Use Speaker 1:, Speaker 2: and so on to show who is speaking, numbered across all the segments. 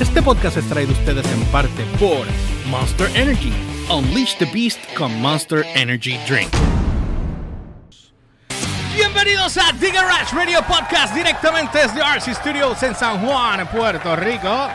Speaker 1: Este podcast es traído ustedes en parte por Monster Energy. Unleash the Beast con Monster Energy Drink. Bienvenidos a The Garage Radio Podcast directamente desde RC Studios en San Juan, Puerto Rico.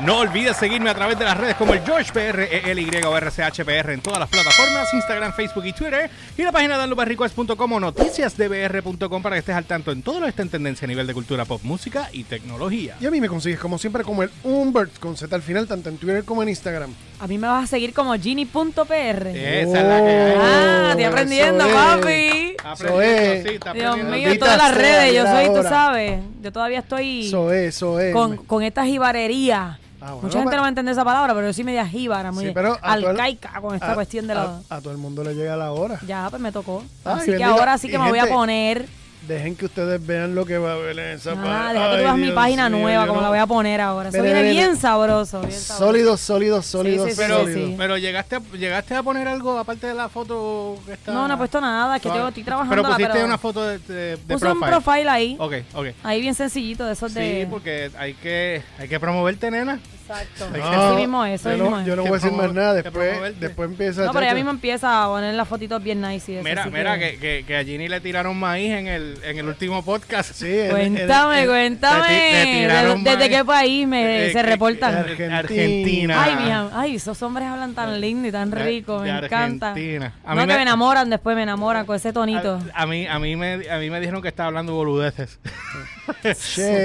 Speaker 1: No olvides seguirme a través de las redes como el GeorgePR, ELY E o RCHPR en todas las plataformas, Instagram, Facebook y Twitter. Y la página de anlubarricoes.com o noticiasdbr.com para que estés al tanto en todo lo que está en tendencia a nivel de cultura pop, música y tecnología.
Speaker 2: Y a mí me consigues, como siempre, como el Humbert con Z al final, tanto en Twitter como en Instagram.
Speaker 3: A mí me vas a seguir como Ginny.pr.
Speaker 1: Esa es la que hay.
Speaker 3: Ah, estoy
Speaker 2: Eso
Speaker 3: aprendiendo,
Speaker 2: es.
Speaker 3: papi.
Speaker 1: Está
Speaker 2: Eso
Speaker 1: aprendiendo,
Speaker 2: es.
Speaker 1: sí, está
Speaker 3: Dios
Speaker 1: aprendiendo.
Speaker 3: mío, en
Speaker 2: Maldita
Speaker 3: todas las
Speaker 2: sea,
Speaker 3: redes. Yo
Speaker 2: mira
Speaker 3: soy, tú
Speaker 2: ahora.
Speaker 3: sabes. Yo todavía estoy
Speaker 2: Eso es, eso es.
Speaker 3: con, con esta jibarería.
Speaker 2: Ah, bueno,
Speaker 3: Mucha gente
Speaker 2: pero-
Speaker 3: no va a entender esa palabra, pero yo sí media jíbara, muy
Speaker 2: Sí, pero ah, a todo el-
Speaker 3: alcaica con esta
Speaker 2: a-
Speaker 3: cuestión de la.
Speaker 2: A, a todo el mundo le llega la hora.
Speaker 3: Ya, pues me tocó.
Speaker 2: Ay,
Speaker 3: así que
Speaker 2: bendito.
Speaker 3: ahora sí que
Speaker 2: Ah, Y
Speaker 3: me voy a
Speaker 2: gente-
Speaker 3: poner.
Speaker 2: Dejen que ustedes vean lo que va a haber en esa
Speaker 3: Ah,
Speaker 2: página.
Speaker 3: deja que tú
Speaker 2: Ay,
Speaker 3: veas mi
Speaker 2: Dios
Speaker 3: página
Speaker 2: mío,
Speaker 3: nueva,
Speaker 2: yo
Speaker 3: como
Speaker 2: no-
Speaker 3: la voy a poner ahora. Eso
Speaker 2: Mira,
Speaker 3: viene
Speaker 2: mira, mira.
Speaker 3: bien sabroso. Bien sabroso.
Speaker 2: Sólidos, sólidos, sólidos,
Speaker 3: sí, sí,
Speaker 2: sólidos.
Speaker 1: Pero,
Speaker 3: sí.
Speaker 1: pero llegaste, a, llegaste a poner algo aparte de la foto que está.
Speaker 3: No, no he puesto nada, es que tengo- estoy trabajando.
Speaker 1: Pero pusiste una foto de, de, de
Speaker 3: Puse un profile ahí.
Speaker 1: Ok, ok.
Speaker 3: Ahí bien sencillito, de esos de.
Speaker 1: Sí, porque hay que, hay que promoverte, nena.
Speaker 3: Exacto.
Speaker 1: Hay que-
Speaker 3: Así mismo es,
Speaker 2: yo
Speaker 3: así
Speaker 2: no-
Speaker 3: mismo es.
Speaker 2: Yo no
Speaker 1: Que
Speaker 2: voy a decir
Speaker 1: promo-
Speaker 2: más nada.
Speaker 1: que
Speaker 2: Después,
Speaker 1: promoverte.
Speaker 2: después empieza
Speaker 3: No, pero ella
Speaker 2: chacho.
Speaker 3: misma empieza a poner las fotitos bien nice y eso.
Speaker 1: Mira,
Speaker 3: así
Speaker 1: mira, que, que, que a Ginny le tiraron maíz en el, en el último podcast.
Speaker 2: Sí, en- en-
Speaker 3: Cuéntame,
Speaker 2: en-
Speaker 3: cuéntame.
Speaker 1: te ti- te tiraron
Speaker 3: ¿Desde, desde
Speaker 1: maíz.
Speaker 3: qué país me,
Speaker 1: Eh,
Speaker 3: se
Speaker 1: que-
Speaker 3: reportan?
Speaker 1: que- Argentina. Argentina.
Speaker 3: Ay, mija, ay, esos hombres hablan tan lindo y tan
Speaker 1: de-
Speaker 3: rico, me
Speaker 1: de
Speaker 3: encanta.
Speaker 1: Argentina. A
Speaker 3: no,
Speaker 1: mí
Speaker 3: que
Speaker 1: me-
Speaker 3: me enamoran después, me enamoran con ese tonito.
Speaker 1: A, a mí, a, mí me, a mí me dijeron que estaba hablando boludeces.
Speaker 2: Che.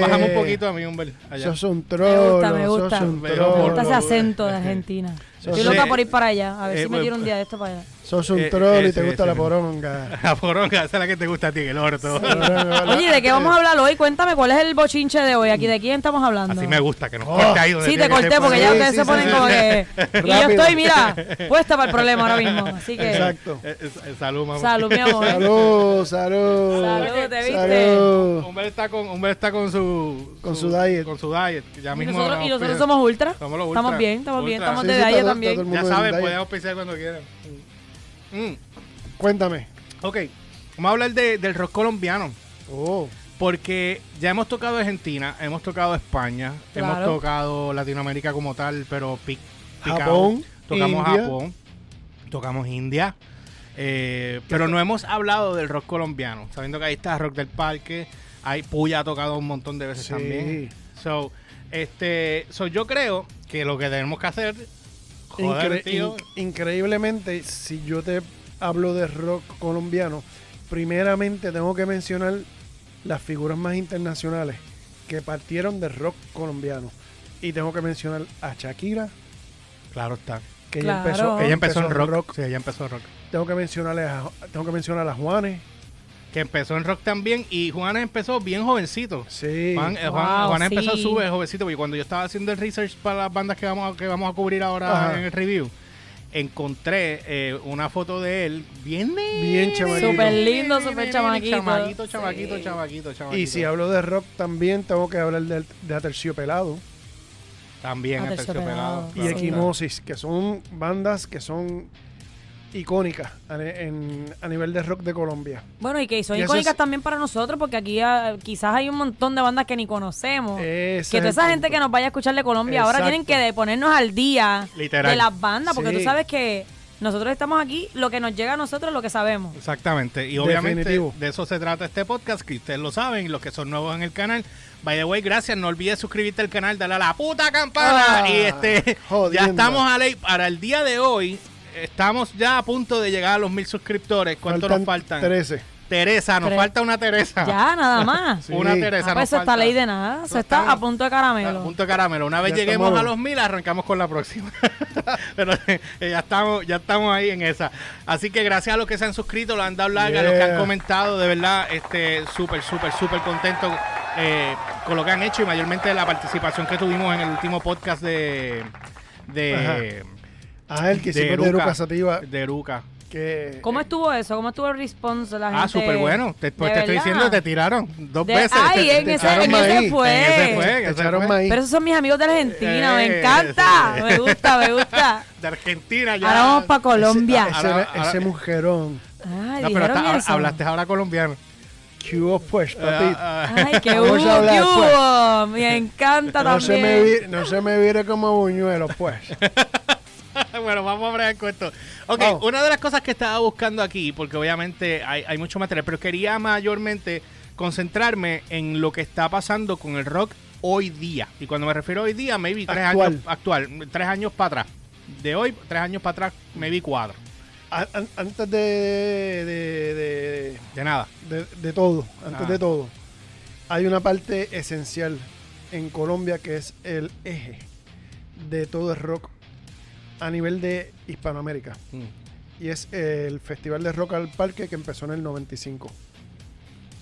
Speaker 1: Bájame un poquito a mí, Humbert. allá.
Speaker 2: Sos un
Speaker 3: me
Speaker 2: trolo.
Speaker 3: gusta, me gusta.
Speaker 2: Sos un
Speaker 3: Me
Speaker 1: trolo.
Speaker 3: gusta ese
Speaker 2: trolo.
Speaker 3: acento de Argentina.
Speaker 2: Sí.
Speaker 3: Estoy loca por ir para allá, a ver
Speaker 1: Eh,
Speaker 3: si me
Speaker 1: bueno,
Speaker 3: tiro un día de esto para allá.
Speaker 2: Sos un
Speaker 1: Eh,
Speaker 2: trolo y
Speaker 1: ese,
Speaker 2: te gusta
Speaker 1: ese
Speaker 2: la
Speaker 1: mismo.
Speaker 2: poronga.
Speaker 1: La poronga, esa es la que te gusta a ti, el orto.
Speaker 3: Oye, ¿de qué vamos a hablar hoy? Cuéntame, ¿cuál es el bochinche de hoy? ¿Aquí de quién estamos hablando?
Speaker 1: Así me gusta, que nos
Speaker 2: Oh.
Speaker 1: corte ahí donde
Speaker 3: Sí,
Speaker 1: tiene
Speaker 3: te
Speaker 1: que ser
Speaker 3: corté porque ya
Speaker 2: Sí,
Speaker 3: ustedes
Speaker 2: sí,
Speaker 3: se
Speaker 2: sí,
Speaker 3: ponen
Speaker 2: sí,
Speaker 3: como
Speaker 2: sí.
Speaker 3: que... Y yo
Speaker 2: Rápido.
Speaker 3: estoy, mira, puesta para el problema ahora mismo. Así que...
Speaker 2: Exacto.
Speaker 1: Eh, eh, salud, mamá.
Speaker 3: Salud, mi amor.
Speaker 2: Salud, salud.
Speaker 3: Salud, ¿te viste?
Speaker 2: Salud.
Speaker 1: Humbert está con, Humbert está con su...
Speaker 2: Con su diet.
Speaker 1: Con su diet. que Ya
Speaker 3: Y
Speaker 1: mismo
Speaker 3: nosotros, y
Speaker 1: nos
Speaker 3: nosotros
Speaker 1: pide.
Speaker 3: somos ultra.
Speaker 1: Somos los ultra.
Speaker 3: Estamos bien, estamos bien,
Speaker 1: Ultra.
Speaker 3: estamos
Speaker 2: Sí,
Speaker 3: de
Speaker 2: sí,
Speaker 3: ahí
Speaker 2: está- está todo el
Speaker 3: también.
Speaker 2: mundo.
Speaker 1: Ya
Speaker 2: en
Speaker 1: saben,
Speaker 2: diet.
Speaker 1: pueden auspiciar cuando quieran. Mm.
Speaker 2: Cuéntame.
Speaker 1: Ok, vamos a hablar de- del rock colombiano.
Speaker 2: Oh,
Speaker 1: Porque ya hemos tocado Argentina, hemos tocado España,
Speaker 3: Claro.
Speaker 1: hemos tocado Latinoamérica como tal, pero pic, picado.
Speaker 2: Japón,
Speaker 1: tocamos
Speaker 2: India.
Speaker 1: Japón, tocamos India, eh, pero no hemos hablado del rock colombiano, sabiendo que ahí está Rock del Parque, hay Puya ha tocado un montón de veces
Speaker 2: Sí.
Speaker 1: también. So, este, so yo creo que lo que tenemos que hacer, joder,
Speaker 2: Incre-
Speaker 1: tío,
Speaker 2: in- increíblemente, si yo te hablo de rock colombiano, primeramente tengo que mencionar las figuras más internacionales que partieron del rock colombiano. Y tengo que mencionar a Shakira,
Speaker 1: claro está.
Speaker 2: que
Speaker 3: Claro.
Speaker 2: ella Oh, empezó,
Speaker 3: Que
Speaker 1: Ella empezó en rock, sí, ella empezó en rock.
Speaker 2: Tengo que mencionarle a, tengo que mencionar a Juanes.
Speaker 1: Que empezó en rock también y Juan empezó bien jovencito.
Speaker 2: Sí.
Speaker 1: Juan, eh, Juan,
Speaker 3: Wow,
Speaker 1: Juan empezó
Speaker 3: sí.
Speaker 1: sube jovencito, porque cuando yo estaba haciendo el research para las bandas que vamos a, que vamos a cubrir ahora
Speaker 2: Ajá.
Speaker 1: en el review, encontré eh, una foto de él bien
Speaker 2: Bien chamaquito.
Speaker 3: Súper lindo, súper chamaquito.
Speaker 1: Chamaquito, chamaquito,
Speaker 3: Sí.
Speaker 1: chamaquito, chamaquito.
Speaker 2: y si hablo de rock también, tengo que hablar de, de Aterciopelado
Speaker 1: También
Speaker 3: Ah,
Speaker 1: Aterciopelado.
Speaker 3: Terciopelado.
Speaker 2: y
Speaker 1: claro,
Speaker 2: Equimosis, que son bandas que son icónicas a, ne- en- a nivel de rock de Colombia.
Speaker 3: Bueno, y que son
Speaker 2: Y eso
Speaker 3: icónicas
Speaker 2: es-
Speaker 3: también para nosotros, porque aquí ah, quizás hay un montón de bandas que ni conocemos.
Speaker 2: Ese es
Speaker 3: Oh, que toda
Speaker 2: el
Speaker 3: esa gente
Speaker 2: punto.
Speaker 3: que nos vaya a escuchar de Colombia ahora
Speaker 2: Exacto.
Speaker 3: tienen que de- ponernos al día
Speaker 1: Literal.
Speaker 3: de las bandas, porque
Speaker 2: Sí.
Speaker 3: tú sabes que nosotros estamos aquí, lo que nos llega a nosotros es lo que sabemos.
Speaker 1: Exactamente. Y obviamente
Speaker 2: Definitivo.
Speaker 1: de eso se trata este podcast, que ustedes lo saben, y los que son nuevos en el canal. By the way, gracias. No olvides suscribirte al canal, darle a la puta campana.
Speaker 2: Ah,
Speaker 1: y este, ya
Speaker 2: jodiendo.
Speaker 1: estamos a ley. Para el día de hoy, estamos ya a punto de llegar a los mil suscriptores. ¿Cuánto nos faltan?
Speaker 2: 13.
Speaker 1: Teresa, nos
Speaker 3: Tres.
Speaker 1: falta una Teresa.
Speaker 3: Ya, nada más.
Speaker 2: Ah. Sí.
Speaker 1: Una
Speaker 2: Ah,
Speaker 3: Ah,
Speaker 1: Teresa.
Speaker 3: pues
Speaker 1: nos
Speaker 3: eso está
Speaker 1: falta.
Speaker 3: ley de nada,
Speaker 1: Eso
Speaker 3: eso está
Speaker 1: estamos-
Speaker 3: a punto de caramelo.
Speaker 1: Punto caramelo. Una vez
Speaker 2: Ya
Speaker 1: lleguemos
Speaker 2: estamos-
Speaker 1: a los mil, arrancamos con la próxima. Pero eh, ya estamos, ya estamos ahí en esa. Así que gracias a los que se han suscrito, los han dado like, a los que
Speaker 2: Yeah.
Speaker 1: han comentado, de verdad, este, súper, súper, súper contento eh, con lo que han hecho y mayormente la participación que tuvimos en el último podcast de de,
Speaker 2: A él Ah, que
Speaker 1: de,
Speaker 2: hicimos de Eruca Sativa,
Speaker 1: de Eruca.
Speaker 2: que
Speaker 3: ¿Cómo estuvo eso? ¿Cómo estuvo el response de la gente?
Speaker 1: Ah, súper bueno. Te, pues
Speaker 3: ¿De
Speaker 1: te estoy
Speaker 3: verdad?
Speaker 1: diciendo, te tiraron dos
Speaker 3: De-
Speaker 1: veces.
Speaker 3: Ay,
Speaker 1: Te-
Speaker 3: en
Speaker 1: te
Speaker 3: ese-
Speaker 1: echaron
Speaker 3: en
Speaker 1: maíz.
Speaker 3: ese fue.
Speaker 1: En ese fue. en
Speaker 2: te
Speaker 1: ese
Speaker 2: echaron
Speaker 1: fue.
Speaker 2: maíz.
Speaker 3: Pero esos son mis amigos de Argentina,
Speaker 1: Eh,
Speaker 3: me encanta,
Speaker 1: sí.
Speaker 3: me gusta, me gusta.
Speaker 1: De Argentina ya.
Speaker 3: Ahora vamos para
Speaker 2: Ese-
Speaker 3: Colombia.
Speaker 2: Ese,
Speaker 1: Ahora- ahora-
Speaker 2: ese mujerón.
Speaker 3: Ay,
Speaker 1: No, pero
Speaker 3: dijeron
Speaker 1: hasta-
Speaker 3: eso.
Speaker 1: hablaste ahora colombiano.
Speaker 2: ¿Qué hubo pues, papito?
Speaker 1: Ah, ah,
Speaker 3: Ay, qué hubo,
Speaker 2: Vamos a hablar
Speaker 3: qué
Speaker 1: pues.
Speaker 2: después.
Speaker 3: hubo. Me encanta
Speaker 2: no, se
Speaker 3: también.
Speaker 2: me vi- no se me vire como buñuelo, pues.
Speaker 1: ah, bueno, vamos a ver con esto. Ok,
Speaker 2: Vamos.
Speaker 1: una de las cosas que estaba buscando aquí, porque obviamente hay, hay mucho material, pero quería mayormente concentrarme en lo que está pasando con el rock hoy día. Y cuando me refiero a hoy día, maybe tres
Speaker 2: Actual.
Speaker 1: años actual, tres años para atrás. De hoy, tres años para atrás, maybe cuatro.
Speaker 2: A- an- antes de, de- de-
Speaker 1: De nada.
Speaker 2: de- de todo, antes
Speaker 1: Ah.
Speaker 2: de todo, hay una parte esencial en Colombia que es el eje de todo el rock a nivel de Hispanoamérica. Y es el Festival de Rock al Parque que empezó en el 95.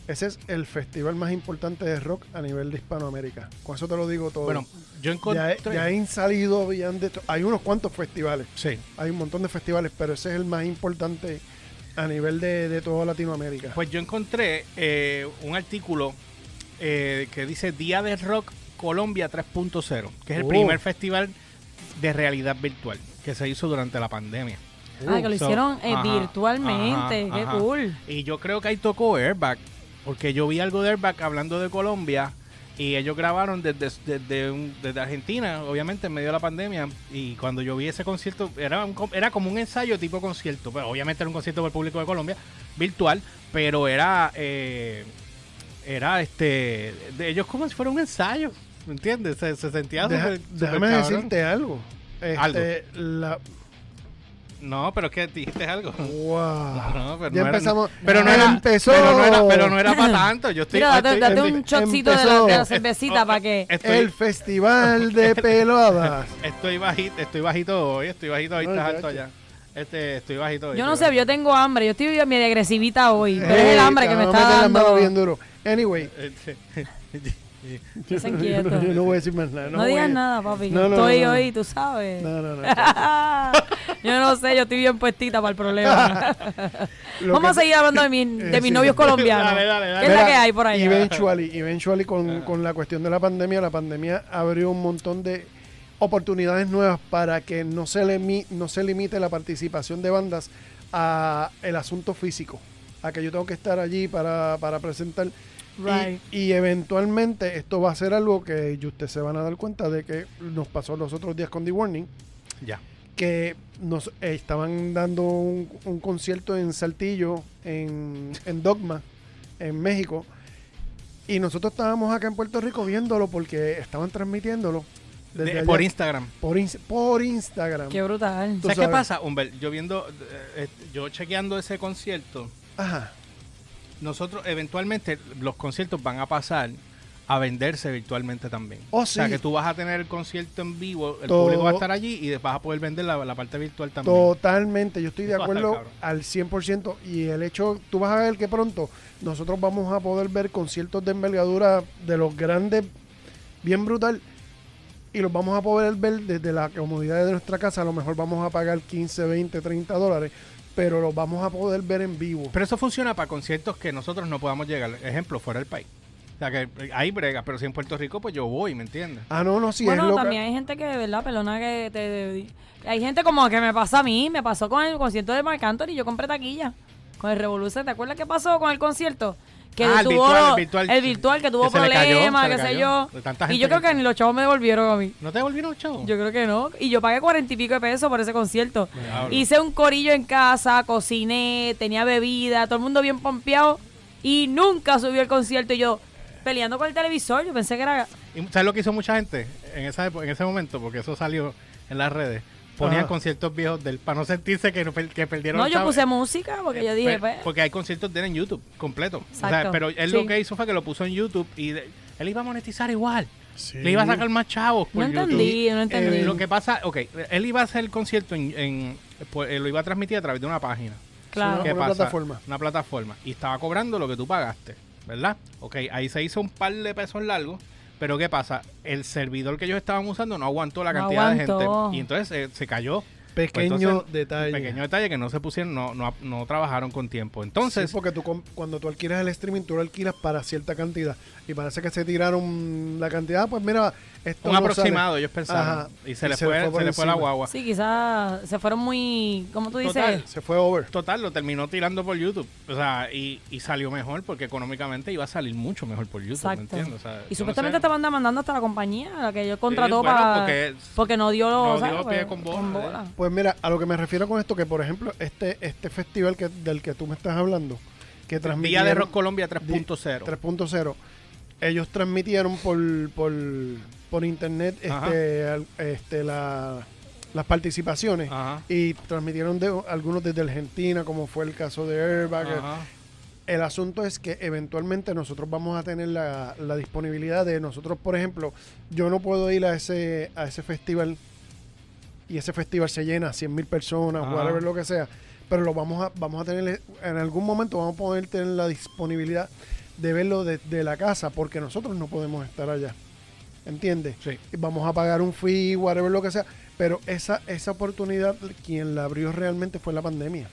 Speaker 2: Ese es el festival más importante de rock a nivel de Hispanoamérica. Con eso te lo digo todo.
Speaker 1: Bueno, yo
Speaker 2: ya,
Speaker 1: encontré...
Speaker 2: ya han salido, ya han de to- hay unos cuantos festivales.
Speaker 1: sí.
Speaker 2: Hay un montón de festivales, pero ese es el más importante a nivel de, de toda Latinoamérica.
Speaker 1: Pues yo encontré eh, un artículo eh, que dice Día del Rock Colombia 3.0, que es el
Speaker 2: Oh.
Speaker 1: primer festival de realidad virtual que se hizo durante la pandemia.
Speaker 3: Ay, que lo
Speaker 1: So,
Speaker 3: hicieron eh,
Speaker 1: ajá,
Speaker 3: virtualmente.
Speaker 1: ajá,
Speaker 3: qué
Speaker 1: ajá.
Speaker 3: cool.
Speaker 1: Y yo creo que ahí tocó Airbag, porque yo vi algo de Airbag hablando de Colombia y ellos grabaron desde, desde, un- desde Argentina, obviamente en medio de la pandemia. Y cuando yo vi ese concierto, era, un co- era como un ensayo tipo concierto, pero obviamente era un concierto para el público de Colombia, virtual, pero era. eh, era este. De ellos como si fuera un ensayo, ¿me entiendes? Se, se sentía.
Speaker 2: Deja-
Speaker 1: súper- súper
Speaker 2: déjame
Speaker 1: cabrón.
Speaker 2: decirte algo. Este,
Speaker 1: Algo.
Speaker 2: la-
Speaker 1: No, pero es que dijiste algo.
Speaker 2: wow.
Speaker 1: No, pero
Speaker 2: ya
Speaker 1: no era-
Speaker 2: empezamos.
Speaker 1: pero no
Speaker 2: Ya
Speaker 1: era,
Speaker 2: empezó.
Speaker 1: Pero no era, pero no era para tanto. Yo estoy.
Speaker 3: Mira, date,
Speaker 1: estoy-
Speaker 3: date
Speaker 1: estoy-
Speaker 3: un shotcito de la,
Speaker 2: empezó.
Speaker 3: de la cervecita
Speaker 1: Oh,
Speaker 3: para que.
Speaker 1: estoy,
Speaker 2: El festival de peladas.
Speaker 1: estoy bajito, estoy bajito hoy, estoy bajito hoy,
Speaker 2: No,
Speaker 1: estás
Speaker 2: ya,
Speaker 1: alto
Speaker 2: ya.
Speaker 1: allá. Este, estoy bajito hoy.
Speaker 3: Yo no
Speaker 1: estoy
Speaker 3: sé, yo tengo hambre. Yo estoy medio agresivita hoy. Pero es
Speaker 2: Ey,
Speaker 3: el hambre que me
Speaker 2: te
Speaker 3: está
Speaker 2: vamos a meter las manos bien
Speaker 3: dando.
Speaker 2: duro. Anyway,
Speaker 1: bajito. Este,
Speaker 3: No se
Speaker 2: yo,
Speaker 3: inquieto.
Speaker 2: no- yo no voy a decir más nada.
Speaker 3: No,
Speaker 2: voy a-
Speaker 3: digas nada, papi.
Speaker 2: No, no,
Speaker 3: estoy
Speaker 2: no, no.
Speaker 3: hoy, tú sabes.
Speaker 2: No, no, no.
Speaker 3: yo no sé, yo estoy bien puestita para el problema.
Speaker 2: Lo
Speaker 3: Vamos
Speaker 2: que-
Speaker 3: a seguir hablando de, mis- de
Speaker 2: Eh,
Speaker 3: mis
Speaker 2: sí.
Speaker 3: novios colombianos.
Speaker 1: Dale, dale, dale.
Speaker 3: ¿Qué es la
Speaker 2: Mira,
Speaker 3: que hay por ahí?
Speaker 2: Eventually, eventually con, con la cuestión de la pandemia, la pandemia abrió un montón de oportunidades nuevas para que no se, limi- no se limite la participación de bandas a el asunto físico, a que yo tengo que estar allí para, para presentar. Y-
Speaker 3: Right.
Speaker 2: Y, eventualmente esto va a ser algo que y ustedes se van a dar cuenta de que nos pasó los otros días con The Warning,
Speaker 1: ya.
Speaker 2: que nos eh, estaban dando un, un concierto en Saltillo, en, en Dogma, en México. Y nosotros estábamos acá en Puerto Rico viéndolo porque estaban transmitiéndolo desde
Speaker 1: De-
Speaker 2: allá,
Speaker 1: por Instagram.
Speaker 2: por, ins- por Instagram.
Speaker 3: Qué brutal.
Speaker 2: Tú
Speaker 1: ¿Sabes qué
Speaker 2: sabes.
Speaker 1: pasa, Humbert? Yo viendo, eh, este, yo chequeando ese concierto,
Speaker 2: Ajá.
Speaker 1: nosotros eventualmente los conciertos van a pasar a venderse virtualmente también.
Speaker 2: Oh,
Speaker 1: O sea
Speaker 2: sí.
Speaker 1: que tú vas a tener el concierto en vivo, el
Speaker 2: Todo.
Speaker 1: público va a estar allí y vas a poder vender la, la parte virtual también.
Speaker 2: Totalmente, yo estoy de
Speaker 1: Eso va a estar
Speaker 2: acuerdo
Speaker 1: cabrón.
Speaker 2: al 100% y el hecho, tú vas a ver que pronto nosotros vamos a poder ver conciertos de envergadura de los grandes, bien brutal, y los vamos a poder ver desde la comodidad de nuestra casa, a lo mejor vamos a pagar 15, 20, 30 dólares, pero los vamos a poder ver en vivo.
Speaker 1: Pero eso funciona para conciertos que nosotros no podamos llegar. Ejemplo, fuera del país. O sea, que hay bregas, pero si en Puerto Rico, pues yo voy, ¿me entiendes?
Speaker 2: Ah, no, no, sí, es
Speaker 3: bueno,
Speaker 2: lo
Speaker 3: también hay gente que, ¿verdad? Pelona que te... Hay gente como que me pasa a mí, me pasó con el concierto de Marc Anthony, yo compré taquilla con el Revolución. ¿Te acuerdas qué pasó con el concierto? Que
Speaker 1: Ah, el
Speaker 3: tuvo
Speaker 1: virtual, el virtual.
Speaker 3: el virtual, que tuvo
Speaker 1: Que se le cayó,
Speaker 3: problemas,
Speaker 1: se le
Speaker 3: qué sé
Speaker 1: cayó.
Speaker 3: yo.
Speaker 1: De tanta
Speaker 3: Y
Speaker 1: gente
Speaker 3: yo creo
Speaker 1: que-
Speaker 3: que ni los chavos me devolvieron a mí.
Speaker 1: ¿No te volvieron chavo?
Speaker 3: Yo creo que no. Y yo pagué cuarenta y pico de pesos por ese concierto.
Speaker 1: Diablo.
Speaker 3: Hice un corillo en casa, cociné, tenía bebida, todo el mundo bien pompeado. Y nunca subió el concierto. Y yo peleando con el televisor, yo pensé que era.
Speaker 1: ¿Y ¿Sabes lo que hizo mucha gente en, esa, epo- en ese momento? Porque eso salió en las redes. Ponían
Speaker 2: Ajá.
Speaker 1: conciertos viejos del para no sentirse que, no per- que perdieron
Speaker 3: No, yo
Speaker 1: chavo.
Speaker 3: puse música porque yo dije,
Speaker 1: Pero-
Speaker 3: pues.
Speaker 1: Eh, Porque hay conciertos de él en YouTube completo. O sea,
Speaker 3: Exacto,
Speaker 1: pero él
Speaker 3: sí.
Speaker 1: lo que hizo fue que lo puso en YouTube y de- él iba a monetizar igual.
Speaker 2: Sí.
Speaker 1: Le iba a sacar más chavos por
Speaker 3: No
Speaker 1: YouTube.
Speaker 3: entendí, no entendí.
Speaker 1: Eh, lo que pasa, ok, él iba a hacer el concierto en, en- pues, eh, lo iba a transmitir a través de una página.
Speaker 3: Claro.
Speaker 1: ¿Qué
Speaker 2: Ah, Una plataforma.
Speaker 1: Una plataforma. Y estaba cobrando lo que tú pagaste, ¿verdad? Ok, ahí se hizo un par de pesos largos, pero ¿qué pasa? El servidor que ellos estaban usando no aguantó la
Speaker 3: No
Speaker 1: cantidad de
Speaker 3: aguantó.
Speaker 1: gente. Y entonces eh, se cayó. Pues
Speaker 2: Pequeño
Speaker 1: entonces,
Speaker 2: detalle.
Speaker 1: Pequeño detalle que no se pusieron, no, no, no trabajaron con tiempo. Entonces,
Speaker 2: Sí, porque tú com- cuando tú alquilas el streaming, tú lo alquilas para cierta cantidad. Y parece que se tiraron la cantidad. Pues mira, esto
Speaker 1: Un
Speaker 2: no
Speaker 1: aproximado,
Speaker 2: sale.
Speaker 1: ellos pensaron.
Speaker 2: Ajá,
Speaker 1: Y se le fue, se
Speaker 2: por
Speaker 1: le fue la
Speaker 2: encima.
Speaker 1: guagua.
Speaker 3: Sí, quizás se fueron muy. ¿Cómo tú dices?
Speaker 1: Total.
Speaker 2: Se fue over.
Speaker 1: Total, lo terminó tirando por YouTube. O sea, y, y salió mejor porque económicamente iba a salir mucho mejor por YouTube. ¿me
Speaker 3: Exacto.
Speaker 1: entiendes? O sea, yo
Speaker 3: y
Speaker 1: no
Speaker 3: supuestamente
Speaker 1: sé.
Speaker 3: estaban demandando hasta la compañía, la que ellos contrató
Speaker 1: bueno,
Speaker 3: para.
Speaker 1: porque-
Speaker 3: no dio los.
Speaker 1: no
Speaker 3: o sea,
Speaker 1: dio
Speaker 3: pues,
Speaker 1: pie con bola, ¿eh?
Speaker 2: Pues mira, a lo que me refiero con esto, que por ejemplo, este, este festival que, del que tú me estás hablando, que
Speaker 1: Día
Speaker 2: transmitieron...
Speaker 1: de Rock Colombia
Speaker 2: di-
Speaker 1: 3.0.
Speaker 2: 3.0. Ellos transmitieron por, por, por internet
Speaker 1: Ajá.
Speaker 2: este, al- este, la- las participaciones
Speaker 1: Ajá.
Speaker 2: y transmitieron de, algunos desde Argentina, como fue el caso de Airbag.
Speaker 1: Ajá.
Speaker 2: El asunto es que eventualmente nosotros vamos a tener la, la disponibilidad de nosotros, por ejemplo, yo no puedo ir a ese, a ese festival y ese festival se llena, 100 mil personas,
Speaker 1: Ajá.
Speaker 2: whatever lo que sea, pero lo vamos a, vamos a tener, en algún momento vamos a poder tener la disponibilidad de verlo desde la casa, porque nosotros no podemos estar allá. ¿Entiendes?
Speaker 1: Sí.
Speaker 2: Y Vamos a pagar un fee, whatever lo que sea. Pero esa, esa oportunidad, quien la abrió realmente fue la pandemia.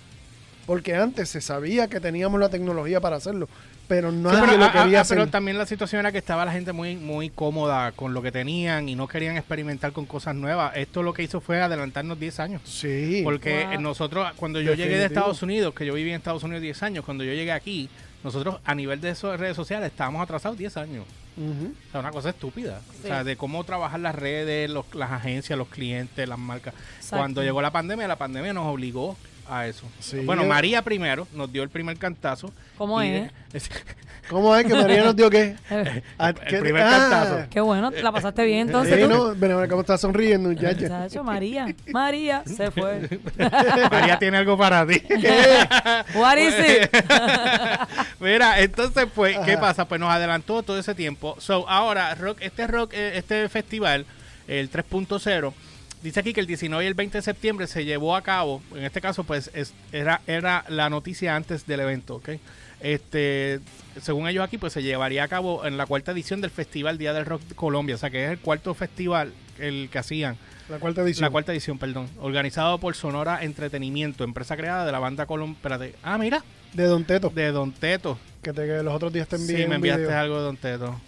Speaker 2: Porque antes se sabía que teníamos la tecnología para hacerlo, pero no
Speaker 1: Sí,
Speaker 2: nadie
Speaker 1: pero,
Speaker 2: lo
Speaker 1: ah, ah,
Speaker 2: quería
Speaker 1: ah,
Speaker 2: hacer.
Speaker 1: pero también la situación era que estaba la gente muy muy cómoda con lo que tenían y no querían experimentar con cosas nuevas. Esto lo que hizo fue adelantarnos 10 años.
Speaker 2: sí,
Speaker 1: Porque
Speaker 3: Wow.
Speaker 1: eh, nosotros, cuando yo llegué de
Speaker 2: Definitivo.
Speaker 1: Estados Unidos, que yo viví en Estados Unidos 10 años, cuando yo llegué aquí, nosotros a nivel de eso, de redes sociales estábamos atrasados 10 años.
Speaker 2: Ujú.
Speaker 1: O sea, una cosa estúpida. O
Speaker 3: Sí.
Speaker 1: sea, de cómo trabajar las redes, los- las agencias, los clientes, las marcas.
Speaker 3: Exacto.
Speaker 1: Cuando llegó la pandemia, la pandemia nos obligó a eso.
Speaker 2: Sí.
Speaker 1: Bueno, María primero nos dio el primer cantazo.
Speaker 3: ¿Cómo
Speaker 1: Y-
Speaker 3: es?
Speaker 2: ¿Cómo es que María nos dio qué? Ah,
Speaker 1: El
Speaker 2: ¿qué-
Speaker 1: primer
Speaker 2: ah,
Speaker 1: cantazo.
Speaker 3: Qué bueno, te la pasaste bien entonces.
Speaker 2: sí,
Speaker 3: tú.
Speaker 2: no, ven a ver cómo está sonriendo, muchacha.
Speaker 3: Chacho, María, María se fue.
Speaker 1: María tiene algo para ti.
Speaker 3: What is it?
Speaker 1: Mira, entonces, pues, ¿qué pasa? Pues nos adelantó todo ese tiempo. So, ahora, rock, este rock, eh, este festival, el 3.0, dice aquí que el 19 y el 20 de septiembre se llevó a cabo. En este caso, pues, es- era, era la noticia antes del evento, ¿ok? Este, según ellos aquí, pues se llevaría a cabo en la cuarta edición del Festival Día del Rock de Colombia. O sea, que es el cuarto festival el que hacían.
Speaker 2: La cuarta edición.
Speaker 1: La cuarta edición, perdón. Organizado por Sonora Entretenimiento, empresa creada de la banda Colom... espérate. Ah, mira,
Speaker 2: De Don Teto,
Speaker 1: de Don Teto.
Speaker 2: que, te, que los otros días te envié
Speaker 1: Sí,
Speaker 2: un
Speaker 1: me enviaste
Speaker 2: video.
Speaker 1: algo de Don Teto.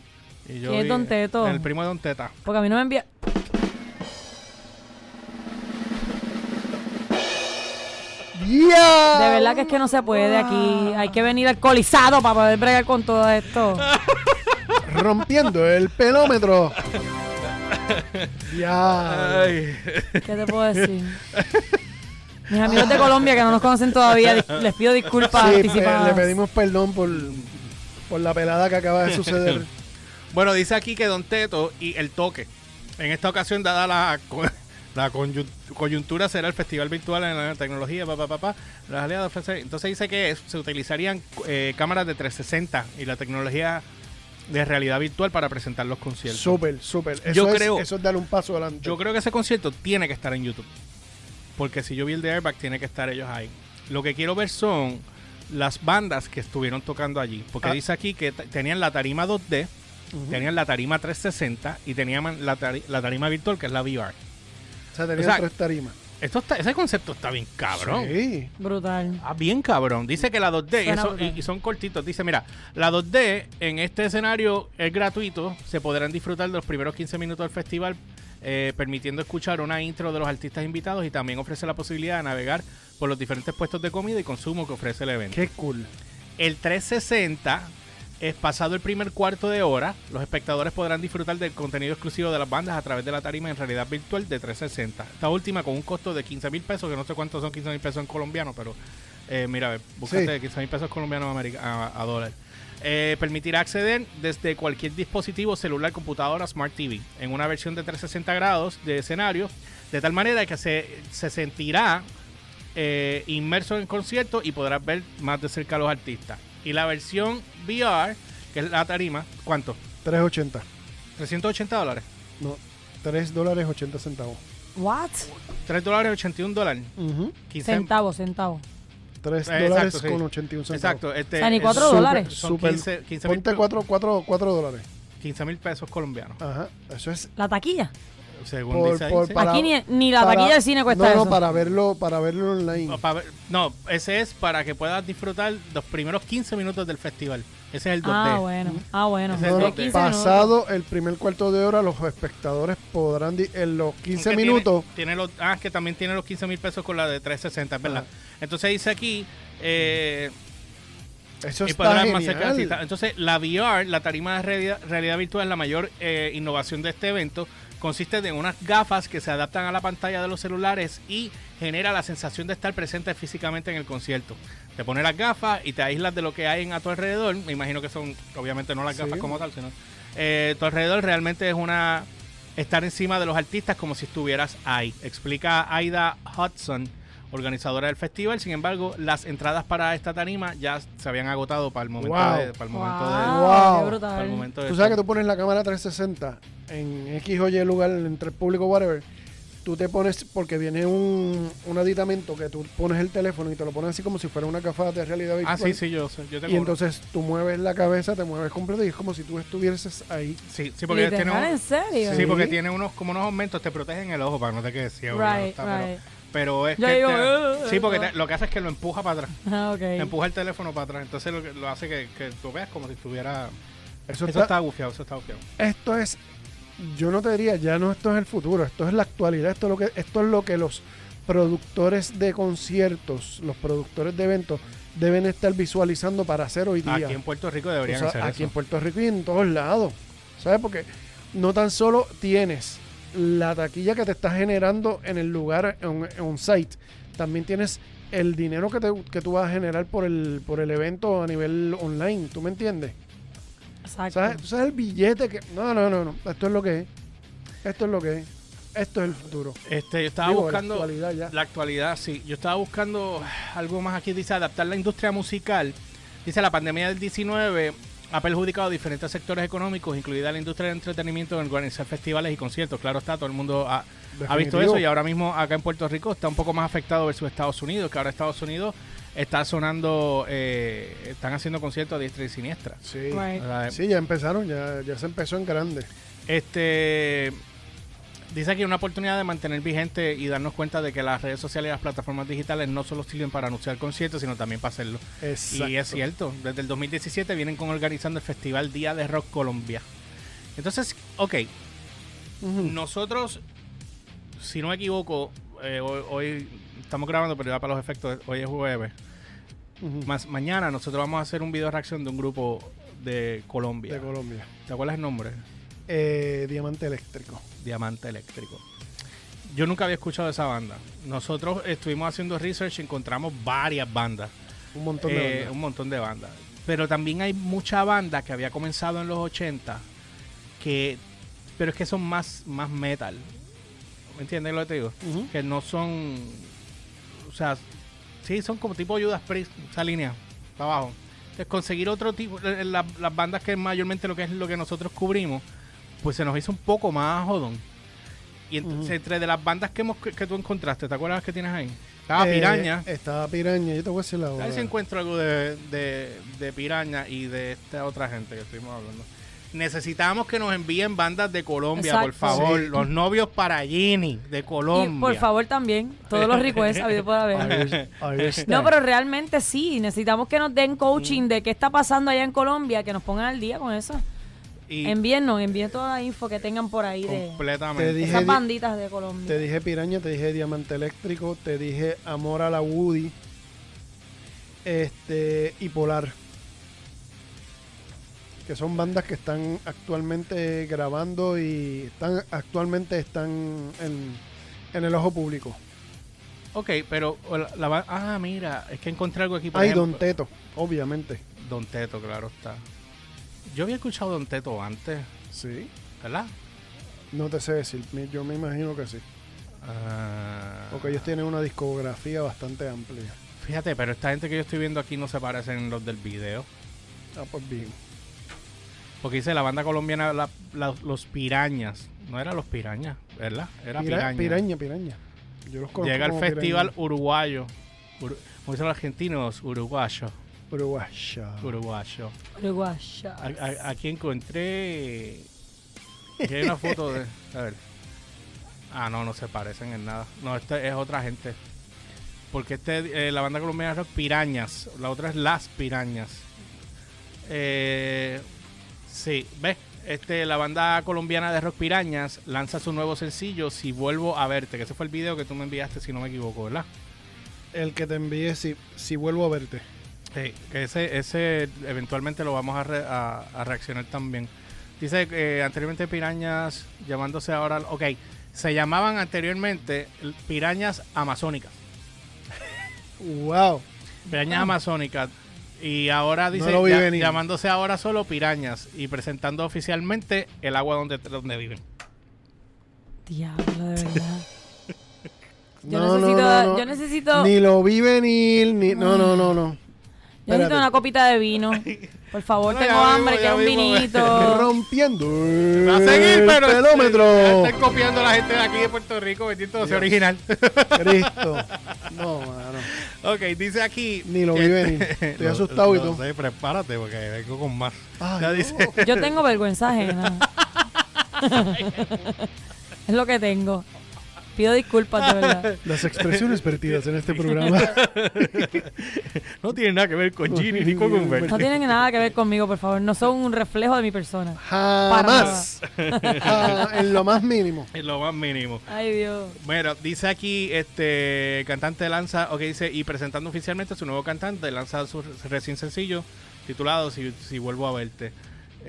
Speaker 1: Y
Speaker 3: ¿Quién es
Speaker 1: vi-
Speaker 3: Don Teto?
Speaker 1: El primo de Don Teta.
Speaker 3: Porque a mí no me envía.
Speaker 2: ¡Yeah!
Speaker 3: De verdad que es que no se puede aquí. Hay que venir alcoholizado para poder bregar con todo esto.
Speaker 2: Rompiendo el pelómetro. ya.
Speaker 3: ¿Qué te puedo decir? Mis amigos de Colombia que no nos conocen todavía, dis- les pido disculpas
Speaker 2: Sí, pe-
Speaker 3: anticipadas.
Speaker 2: pues, le pedimos perdón por, por la pelada que acaba de suceder.
Speaker 1: Bueno, dice aquí que Don Teto y el toque. En esta ocasión, dada la, co- la conyu- coyuntura, será el festival virtual en la tecnología, papá, papá. las aliadas ofrecen- Entonces dice que es- se utilizarían eh, cámaras de 360 y la tecnología de realidad virtual para presentar los conciertos.
Speaker 2: Súper, súper. Eso
Speaker 1: Yo
Speaker 2: es-
Speaker 1: creo-
Speaker 2: Eso es dar un paso adelante.
Speaker 1: Yo creo que ese concierto tiene que estar en YouTube. Porque si yo vi el de Airbag, tiene que estar ellos ahí. Lo que quiero ver son las bandas que estuvieron tocando allí. Porque
Speaker 2: Ah.
Speaker 1: dice aquí que t- tenían la tarima 2D, tenían la tarima 360 y tenían la, tari- la tarima virtual, que es la VR.
Speaker 2: O sea, tenía
Speaker 1: o sea,
Speaker 2: tres tarimas.
Speaker 1: Esto está, ese concepto está bien cabrón.
Speaker 2: Sí.
Speaker 3: Brutal.
Speaker 1: Ah, bien cabrón. Dice que la 2D, y,
Speaker 3: Suena
Speaker 1: eso-
Speaker 3: brutal.
Speaker 1: y- y son cortitos, dice, mira, la 2D en este escenario es gratuito, se podrán disfrutar de los primeros 15 minutos del festival, eh, permitiendo escuchar una intro de los artistas invitados y también ofrece la posibilidad de navegar por los diferentes puestos de comida y consumo que ofrece el evento.
Speaker 2: Qué cool.
Speaker 1: El 360 es pasado el primer cuarto de hora. Los espectadores podrán disfrutar del contenido exclusivo de las bandas a través de la tarima en realidad virtual de 360. Esta última con un costo de 15 mil pesos, que no sé cuántos son 15 mil pesos en colombiano, pero eh, mira, a ver, búscate
Speaker 2: Sí.
Speaker 1: 15 mil pesos colombianos a, america- a- a dólar. Eh, permitirá acceder desde cualquier dispositivo celular, computadora, smart TV, en una versión de 360 grados de escenario, de tal manera que se, se sentirá eh, inmerso en el concierto y podrás ver más de cerca a los artistas. Y la versión VR, que es la tarima, ¿cuánto?
Speaker 2: 3.80.
Speaker 1: 380 dólares.
Speaker 2: No, 3 dólares 80 centavos.
Speaker 3: What?
Speaker 1: 3 dólares 81 dólares.
Speaker 2: Ujú.
Speaker 1: 15
Speaker 3: Centavo, centavo.
Speaker 2: 3
Speaker 1: Exacto,
Speaker 2: dólares
Speaker 1: sí.
Speaker 2: con 81 centavos.
Speaker 1: Exacto. Este,
Speaker 3: O sea, ni cuatro
Speaker 1: es-
Speaker 2: Súper,
Speaker 3: dólares.
Speaker 1: Son
Speaker 2: súper.
Speaker 1: 15 15 mil
Speaker 2: Ponte 4, dólares.
Speaker 1: $15,000 pesos colombianos.
Speaker 2: Ajá. Eso es
Speaker 3: La taquilla.
Speaker 1: Según
Speaker 2: Por-
Speaker 1: dice ahí,
Speaker 2: por
Speaker 1: sí.
Speaker 2: para-
Speaker 3: Aquí ni- ni la taquilla de cine cuesta
Speaker 2: no,
Speaker 3: eso.
Speaker 2: No, para verlo, para verlo online.
Speaker 1: No, pa' ver- no, ese es para que puedas disfrutar los primeros 15 minutos del festival. Ese es el 2D.
Speaker 3: Ah, bueno. Ah, bueno.
Speaker 1: Ese es
Speaker 2: No,
Speaker 1: el
Speaker 2: no,
Speaker 3: De 15 minutos.
Speaker 2: pasado el primer cuarto de hora, los espectadores podrán, di- en los 15
Speaker 1: Aunque
Speaker 2: minutos,
Speaker 1: Tiene, tiene los, ah, es que también tiene los 15 mil pesos con la de 360, es ¿verdad?
Speaker 2: Ah.
Speaker 1: Entonces dice aquí. Eh,
Speaker 2: eso
Speaker 1: y
Speaker 2: está
Speaker 1: podrás más cerca de ti.
Speaker 2: genial.
Speaker 1: Entonces, la VR, la tarima de realidad, realidad virtual, es la mayor eh, innovación de este evento. Consiste en unas gafas que se adaptan a la pantalla de los celulares y genera la sensación de estar presente físicamente en el concierto. Te pones las gafas y te aíslas de lo que hay en a tu alrededor. Me imagino que son, obviamente, no las
Speaker 2: Sí.
Speaker 1: gafas como tal, sino eh, tu alrededor realmente es una estar encima de los artistas como si estuvieras ahí. Explica Aida Hudson, organizadora del festival. Sin embargo, las entradas para esta tarima ya se habían agotado para el momento
Speaker 2: Wow.
Speaker 1: de, para el momento de-
Speaker 3: Wow,
Speaker 2: Wow.
Speaker 3: qué
Speaker 1: para el
Speaker 3: brutal.
Speaker 1: momento de-
Speaker 2: Tú sabes que tú pones la cámara 360 en X o Y lugar, entre el público, whatever. Tú te pones, porque viene un, un aditamento que tú pones el teléfono y te lo pones así como si fuera una gafada de realidad virtual.
Speaker 1: Ah, sí, sí, yo, sé, yo tengo
Speaker 2: Y entonces tú mueves la cabeza, te mueves completo y es como si tú estuvieses ahí.
Speaker 1: uno. Sí, sí, porque tiene
Speaker 3: Literal,
Speaker 1: un-
Speaker 3: ¿En serio?
Speaker 1: sí, porque tiene unos como unos aumentos, te protegen el ojo para que no te quedes ciego.
Speaker 3: Right,
Speaker 1: ¿no? Está, pero-
Speaker 3: right.
Speaker 1: pero, es
Speaker 3: Yo
Speaker 1: que
Speaker 3: digo, eh,
Speaker 1: te-
Speaker 3: "Ugh, ugh,
Speaker 1: sí, porque te-
Speaker 3: ugh".
Speaker 1: lo que hace es que lo empuja para atrás.
Speaker 3: Ah, ok.
Speaker 1: Empuja el teléfono para atrás. Entonces lo, que- lo hace que, que tú veas como si estuviera.
Speaker 2: Eso
Speaker 1: Eso
Speaker 2: está-
Speaker 1: está bufiado, eso está bufiado.
Speaker 2: esto es, yo no te diría, ya no esto es el futuro, esto es la actualidad, esto es lo que, esto es lo que los productores de conciertos, los productores de eventos deben estar visualizando para hacer hoy día.
Speaker 1: Aquí en Puerto Rico deberían
Speaker 2: O sea,
Speaker 1: hacer
Speaker 2: aquí en
Speaker 1: eso.
Speaker 2: Puerto Rico y en todos lados. ¿Sabes? Porque no tan solo tienes la taquilla que te está generando en el lugar, en en un site, también tienes el dinero que, te, que tú vas a generar por el, por el evento a nivel online. ¿Tú me entiendes?
Speaker 3: Exacto.
Speaker 2: ¿Sabes? ¿Tú sabes el billete que.? No, no, no, no. Esto es lo que es. Esto es lo que es. Esto es el futuro.
Speaker 1: Este, yo estaba
Speaker 2: Digo,
Speaker 1: buscando.
Speaker 2: La actualidad ya.
Speaker 1: La actualidad, sí. Yo estaba buscando algo más aquí. Dice, adaptar la industria musical. Dice, la pandemia del 19 ha perjudicado diferentes sectores económicos, incluida la industria del entretenimiento, en organizar festivales y conciertos. Claro está, todo el mundo ha, ha visto
Speaker 2: Definitivo.
Speaker 1: eso y ahora mismo acá en Puerto Rico está un poco más afectado versus Estados Unidos, que ahora Estados Unidos está sonando, eh, están haciendo conciertos a diestra y siniestra.
Speaker 2: Sí.
Speaker 1: O
Speaker 3: Right.
Speaker 1: sea,
Speaker 2: Sí, ya empezaron, ya, ya se empezó en grande.
Speaker 1: este dice aquí una oportunidad de mantener vigente y darnos cuenta de que las redes sociales y las plataformas digitales no solo sirven para anunciar conciertos, sino también para hacerlo.
Speaker 2: Exacto.
Speaker 1: Y es cierto, desde el 2017 vienen con organizando el festival Día de Rock Colombia. Entonces, ok,
Speaker 2: Ujú.
Speaker 1: nosotros, si no me equivoco, eh, hoy, hoy estamos grabando, pero ya para los efectos, hoy es jueves.
Speaker 2: Ujú.
Speaker 1: Más, mañana nosotros vamos a hacer un video de reacción de un grupo de Colombia.
Speaker 2: De Colombia.
Speaker 1: ¿Te acuerdas el nombre?
Speaker 2: Eh, Diamante Eléctrico.
Speaker 1: Diamante Eléctrico. Yo nunca había escuchado esa banda. Nosotros estuvimos haciendo research y encontramos varias bandas,
Speaker 2: Un montón
Speaker 1: eh,
Speaker 2: de bandas.
Speaker 1: un montón de bandas. Pero también hay mucha banda que había comenzado en los 80 que pero es que son más más metal. ¿Me entiendes lo que te digo?
Speaker 2: Ujú.
Speaker 1: Que no son o sea, sí son como tipo Judas Priest, esa línea para abajo. Entonces conseguir otro tipo eh, eh, la- las bandas que mayormente lo que es lo que nosotros cubrimos, pues se nos hizo un poco más jodón. Y entonces,
Speaker 2: Ujú.
Speaker 1: entre de las bandas que, hemos, que, que tú encontraste, ¿te acuerdas las que tienes ahí? Estaba Piraña.
Speaker 2: Eh, estaba Piraña, yo te voy a decir la
Speaker 1: A ver si
Speaker 2: hora.
Speaker 1: encuentro algo de, de- de Piraña y de esta otra gente que estuvimos hablando. Necesitamos que nos envíen bandas de Colombia, por
Speaker 3: Exacto.
Speaker 1: favor. Los novios para Gini, de Colombia.
Speaker 3: Y por favor también, todos los requests habido por haber.
Speaker 2: Ahí- ahí está.
Speaker 3: No, pero realmente sí, necesitamos que nos den
Speaker 1: Mm.
Speaker 3: coaching de qué está pasando allá en Colombia, que nos pongan al día con eso.
Speaker 1: Y
Speaker 3: Envíennos, envíen toda la info que tengan por ahí de
Speaker 1: completamente.
Speaker 2: Te dije-
Speaker 3: esas banditas de Colombia.
Speaker 2: Te dije Piraña, te dije Diamante Eléctrico, te dije Amor a la Woody este, y Polar. Que son bandas que están actualmente grabando y están actualmente están en, en el ojo público.
Speaker 1: Ok, pero la, la ba- Ah, mira, es que encontré algo aquí. Por
Speaker 2: Hay
Speaker 1: ejemplo.
Speaker 2: Don Teto, obviamente.
Speaker 1: Don Teto, claro está. Yo había escuchado Don Teto antes,
Speaker 2: Sí.
Speaker 1: ¿verdad?
Speaker 2: No te sé decir, me- yo me imagino que sí.
Speaker 1: Ah,
Speaker 2: Porque ellos tienen una discografía bastante amplia.
Speaker 1: Fíjate, pero esta gente que yo estoy viendo aquí no se parecen los del video.
Speaker 2: Ah, pues bien.
Speaker 1: Porque dice la banda colombiana la- la- Los Pirañas. No era Los Pirañas, ¿verdad? Era
Speaker 2: Pira-
Speaker 1: Piraña.
Speaker 2: piraña, piraña. Yo los conozco
Speaker 1: Llega al
Speaker 2: como
Speaker 1: festival
Speaker 2: piraña.
Speaker 1: uruguayo. Ur- como dicen los argentinos, uruguayo.
Speaker 2: Uruguaya.
Speaker 1: Uruguayo.
Speaker 3: Uruguaya.
Speaker 1: A- a- aquí encontré. Aquí hay una foto de. A ver. Ah, no, no se parecen en nada. No, este es otra gente. Porque este, eh, la banda colombiana es Rock Pirañas. La otra es Las Pirañas. Eh, sí, ves. Este, la banda colombiana de Rock Pirañas lanza su nuevo sencillo Si Vuelvo a Verte. Que ese fue el video que tú me enviaste, si no me equivoco, ¿verdad?
Speaker 2: El que te envíe si, si vuelvo a verte.
Speaker 1: Sí, que ese, ese eventualmente lo vamos a, re- a- a reaccionar también. Dice que eh, anteriormente Pirañas, llamándose ahora. Ok, se llamaban anteriormente l- Pirañas Amazónicas.
Speaker 2: ¡Wow!
Speaker 1: Pirañas Amazónicas. Y ahora dice,
Speaker 2: Ah. lo vi
Speaker 1: ya-
Speaker 2: venir.
Speaker 1: llamándose ahora solo Pirañas y presentando oficialmente el agua donde, donde viven.
Speaker 3: Diablo, de verdad. Yo
Speaker 2: No, no,
Speaker 3: necesito,
Speaker 2: no, no.
Speaker 3: yo necesito,
Speaker 2: Ni lo vi venir, ni. No, no, no, no.
Speaker 3: yo necesito
Speaker 2: espérate.
Speaker 3: una copita de vino. Por favor,
Speaker 1: No, ya
Speaker 3: tengo
Speaker 1: mismo,
Speaker 3: hambre,
Speaker 1: ya
Speaker 3: quiero un
Speaker 1: mismo.
Speaker 3: vinito.
Speaker 2: Rompiendo.
Speaker 1: Va a seguir,
Speaker 2: el
Speaker 1: pero.
Speaker 2: Telómetro.
Speaker 1: Están copiando la gente de aquí de Puerto Rico, bendito sea
Speaker 2: Dios.
Speaker 1: original.
Speaker 2: Cristo. No, mano.
Speaker 1: Ok, dice aquí.
Speaker 2: Ni lo
Speaker 1: que-
Speaker 2: vi venir. Estoy
Speaker 1: Lo-
Speaker 2: asustado y
Speaker 1: lo
Speaker 2: todo.
Speaker 1: sé, prepárate porque vengo con más.
Speaker 2: Ay,
Speaker 1: Ya
Speaker 2: no.
Speaker 1: dice,
Speaker 3: Yo tengo vergüenza ajena. es lo que tengo. Pido disculpas, de verdad.
Speaker 2: Las expresiones vertidas en este programa.
Speaker 1: no tiene nada que ver con Ginny ni con Humberto.
Speaker 3: No tienen nada que ver conmigo, por favor. No son un reflejo de mi persona.
Speaker 2: Jamás. Ja- en lo más mínimo.
Speaker 1: Es lo más mínimo.
Speaker 3: Ay, Dios.
Speaker 1: Bueno, dice aquí, este cantante lanza, ok, dice, y presentando oficialmente a su nuevo cantante, lanza su recién sencillo titulado Si, si vuelvo a verte.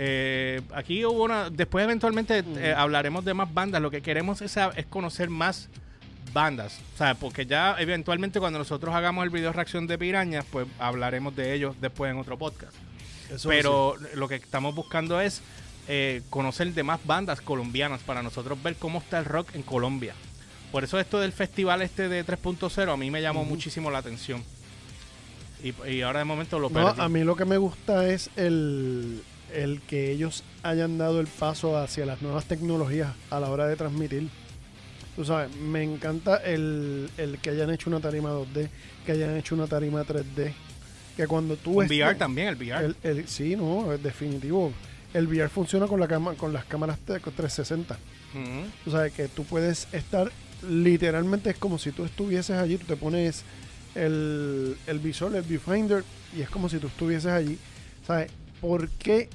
Speaker 1: Eh, aquí hubo una, después eventualmente eh, hablaremos de más bandas, lo que queremos es, sab- es conocer más bandas, o sea, porque ya eventualmente cuando nosotros hagamos el video reacción de Pirañas, pues hablaremos de ellos después en otro podcast.
Speaker 2: Eso
Speaker 1: pero lo que estamos buscando es eh, conocer de más bandas colombianas para nosotros ver cómo está el rock en Colombia. Por eso esto del festival este de 3.0 a mí me llamó muchísimo la atención. Y, y ahora de momento lo
Speaker 2: sí. No,
Speaker 1: perdí.
Speaker 2: a mí lo que me gusta es el, el que ellos hayan dado el paso hacia las nuevas tecnologías a la hora de transmitir. Tú sabes, me encanta el, el que hayan hecho una tarima 2D, que hayan hecho una tarima 3D. Que cuando tú
Speaker 1: Un
Speaker 2: estés-
Speaker 1: VR también, el VR.
Speaker 2: El, el- sí, no, es definitivo. El VR funciona con, la cama- con las cámaras te- 360.
Speaker 1: Ujú.
Speaker 2: O sea, que tú puedes estar literalmente, es como si tú estuvieses allí, tú te pones el, el visor, el viewfinder, y es como si tú estuvieses allí. ¿Sabes? ¿Por qué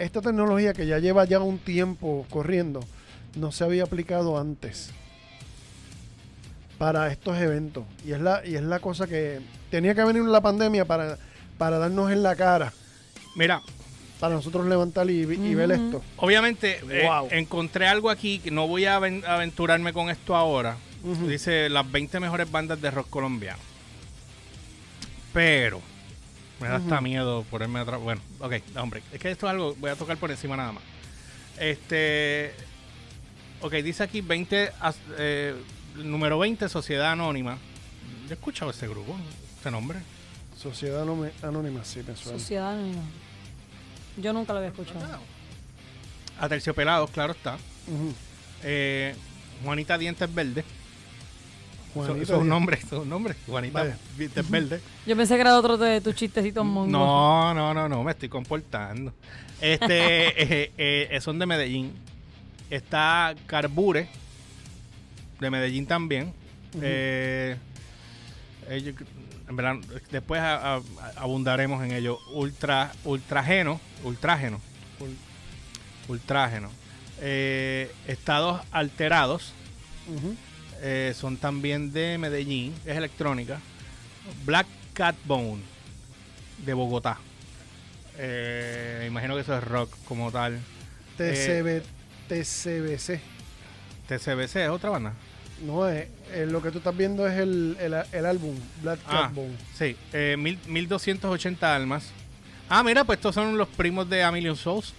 Speaker 2: esta tecnología que ya lleva ya un tiempo corriendo no se había aplicado antes para estos eventos? Y es la, y es la cosa que tenía que venir la pandemia para, para darnos en la cara,
Speaker 1: Mira,
Speaker 2: para nosotros levantar y, y ver
Speaker 3: Ujú.
Speaker 2: esto.
Speaker 1: Obviamente, eh,
Speaker 2: Wow.
Speaker 1: encontré algo aquí que no voy a aven- aventurarme con esto ahora.
Speaker 2: Ujú.
Speaker 1: Dice las 20 mejores bandas de rock colombiano. Pero me da hasta miedo ponerme atrás. Bueno, ok, hombre, es que esto es algo, voy a tocar por encima nada más. Este. Ok, dice aquí 20. as- eh, número 20, Sociedad Anónima. Yo he escuchado ese grupo, ese nombre.
Speaker 2: Sociedad Anome- Anónima, sí, me suena.
Speaker 3: Sociedad Anónima. Yo nunca lo había escuchado.
Speaker 1: A Terciopelados, claro está.
Speaker 2: Ujú.
Speaker 1: Eh, Juanita Dientes Verde. Son,
Speaker 2: Juanito
Speaker 1: son
Speaker 2: Díaz.
Speaker 1: nombres, son nombres. Juanita
Speaker 2: Vaya.
Speaker 1: Dientes Verde.
Speaker 3: Yo pensé que era otro de tus chistecitos mongos.
Speaker 1: No, no, no, no, me estoy comportando. Este, eh, eh, eh, son de Medellín. Está Carbure, de Medellín también. Eh, ellos- en verdad, después a- a- abundaremos en ello. Ultra, ultrageno, ultrágeno,
Speaker 2: Ul-
Speaker 1: ultrágeno. Eh, estados alterados.
Speaker 2: ujú.
Speaker 1: Eh, son también de Medellín, es electrónica. Black Cat Bone, de Bogotá. Eh, me imagino que eso es rock como tal.
Speaker 2: TCB, TCBC.
Speaker 1: TCBC es otra banda.
Speaker 2: No es. eh, lo que tú estás viendo es el, el, el álbum, Black Cat
Speaker 1: Ah,
Speaker 2: Bone.
Speaker 1: sí, eh, mil- 1280 almas. Ah, mira, pues estos son los primos de A Million Souls.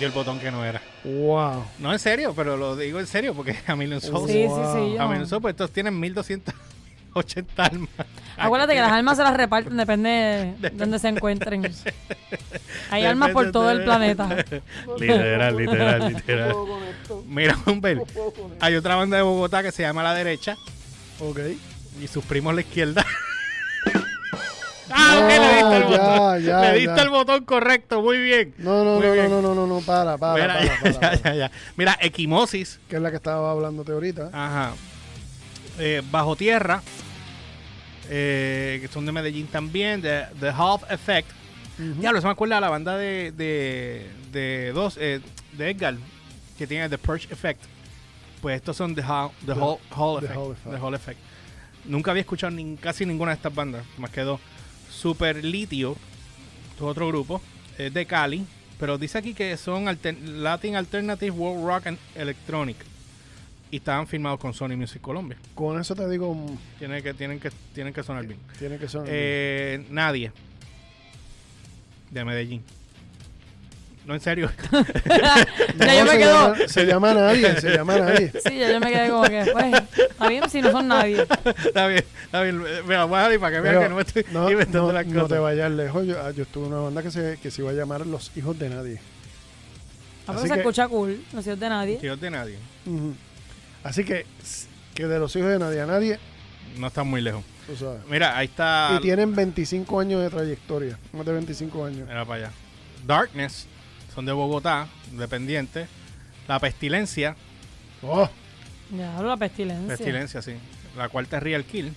Speaker 1: Y el botón que no era.
Speaker 2: Wow.
Speaker 1: No, en serio, pero lo digo en serio porque A Million Souls.
Speaker 3: Sí,
Speaker 2: Wow.
Speaker 3: sí, sí. yo-
Speaker 1: A menudo, pues estos tienen 1280 almas.
Speaker 3: Acuérdate que las almas se las reparten, depende de dónde se encuentren. Hay almas por todo el planeta.
Speaker 1: literal, literal, literal. Mira, Humber, hay otra banda de Bogotá que se llama La Derecha
Speaker 2: Ok.
Speaker 1: y sus primos La Izquierda. Ah, ok, le diste el
Speaker 2: Ya,
Speaker 1: botón.
Speaker 2: ya,
Speaker 1: le diste
Speaker 2: ya.
Speaker 1: el botón correcto, muy bien.
Speaker 2: No, no,
Speaker 1: Muy
Speaker 2: no, no,
Speaker 1: bien.
Speaker 2: no, no, no, no, para, para,
Speaker 1: Mira,
Speaker 2: para,
Speaker 1: ya,
Speaker 2: para,
Speaker 1: ya,
Speaker 2: para.
Speaker 1: ya, ya. Mira, equimosis,
Speaker 2: Que es la que estaba hablándote ahorita.
Speaker 1: ajá. Eh, bajo tierra, eh, que son de Medellín también, The, the Half Effect.
Speaker 2: Ujú.
Speaker 1: Diablo, se me acuerda la banda de, de, de dos, eh, de Edgar, que tiene The Purge Effect. Pues estos son The Hall, the
Speaker 2: The-
Speaker 1: Hall, Hall
Speaker 2: The
Speaker 1: Effect,
Speaker 2: Hall Effect.
Speaker 1: The Hall Effect. Nunca había escuchado nin- casi ninguna de estas bandas, más que dos. Super Litio, esto es otro grupo, es de Cali, pero dice aquí que son alter- Latin Alternative World Rock and Electronic. Y estaban firmados con Sony Music Colombia.
Speaker 2: Con eso te digo, mm,
Speaker 1: Tienen que, tienen que, tienen que sonar bien.
Speaker 2: tiene que sonar.
Speaker 1: Eh, nadie. De Medellín. No, en serio.
Speaker 2: No,
Speaker 3: ya yo me
Speaker 2: se,
Speaker 3: quedo.
Speaker 2: llama, se llama nadie, se llama nadie.
Speaker 3: Sí, ya yo me quedé como que, pues, está bien si no son nadie.
Speaker 1: está bien, está bien. Me la voy a dar para que vean
Speaker 2: Pero
Speaker 1: que no me estoy
Speaker 2: no,
Speaker 1: inventando
Speaker 2: no,
Speaker 1: las
Speaker 2: no
Speaker 1: cosas.
Speaker 2: te vayas lejos. Yo, ah, yo estuve en una banda que se, que se iba a llamar Los Hijos de Nadie.
Speaker 3: Ah, pero
Speaker 2: Así
Speaker 3: se
Speaker 2: que-
Speaker 3: escucha cool, no sé de nadie.
Speaker 1: Tíos de nadie.
Speaker 2: Ujú. Así que, s- que de los hijos de nadie a nadie,
Speaker 1: No están muy lejos.
Speaker 2: tú sabes.
Speaker 1: Mira, ahí está.
Speaker 2: Y tienen 25 años de trayectoria. Más de 25 años.
Speaker 1: Mira para allá. Darkness. Son de Bogotá, independiente. La pestilencia.
Speaker 2: Oh,
Speaker 3: Ya hablo la pestilencia.
Speaker 1: Pestilencia, sí. La cuarta es Real Kill.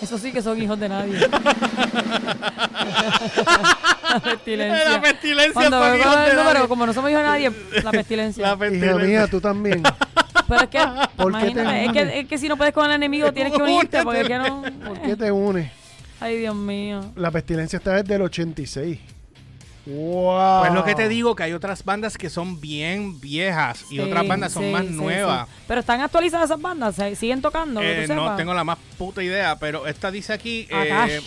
Speaker 3: Eso sí que son hijos de nadie. la pestilencia.
Speaker 1: La pestilencia
Speaker 3: Cuando
Speaker 1: son
Speaker 3: veo
Speaker 1: hijos de
Speaker 3: el número,
Speaker 1: nadie.
Speaker 3: como no somos hijos de nadie, la pestilencia.
Speaker 1: La
Speaker 2: hija mía, tú también.
Speaker 3: Pero es que,
Speaker 2: ¿Por qué te
Speaker 3: imagínate, es
Speaker 2: unes?
Speaker 3: que, es que si no puedes con el enemigo, tienes que unirte, porque es que no...
Speaker 2: ¿Por qué te unes?
Speaker 3: Ay, Dios mío.
Speaker 2: La pestilencia está desde el 86. ¡Wow!
Speaker 1: Pues lo
Speaker 3: Ah.
Speaker 1: que te digo, que hay otras bandas que son bien viejas y
Speaker 3: Sí,
Speaker 1: otras bandas son
Speaker 3: sí,
Speaker 1: más
Speaker 3: sí,
Speaker 1: nuevas.
Speaker 3: sí. Pero están actualizadas esas bandas, ¿Se- siguen tocando, que
Speaker 1: Eh,
Speaker 3: tú
Speaker 1: no
Speaker 3: sepas?
Speaker 1: tengo la más puta idea, pero esta dice aquí
Speaker 3: Akash.
Speaker 1: eh,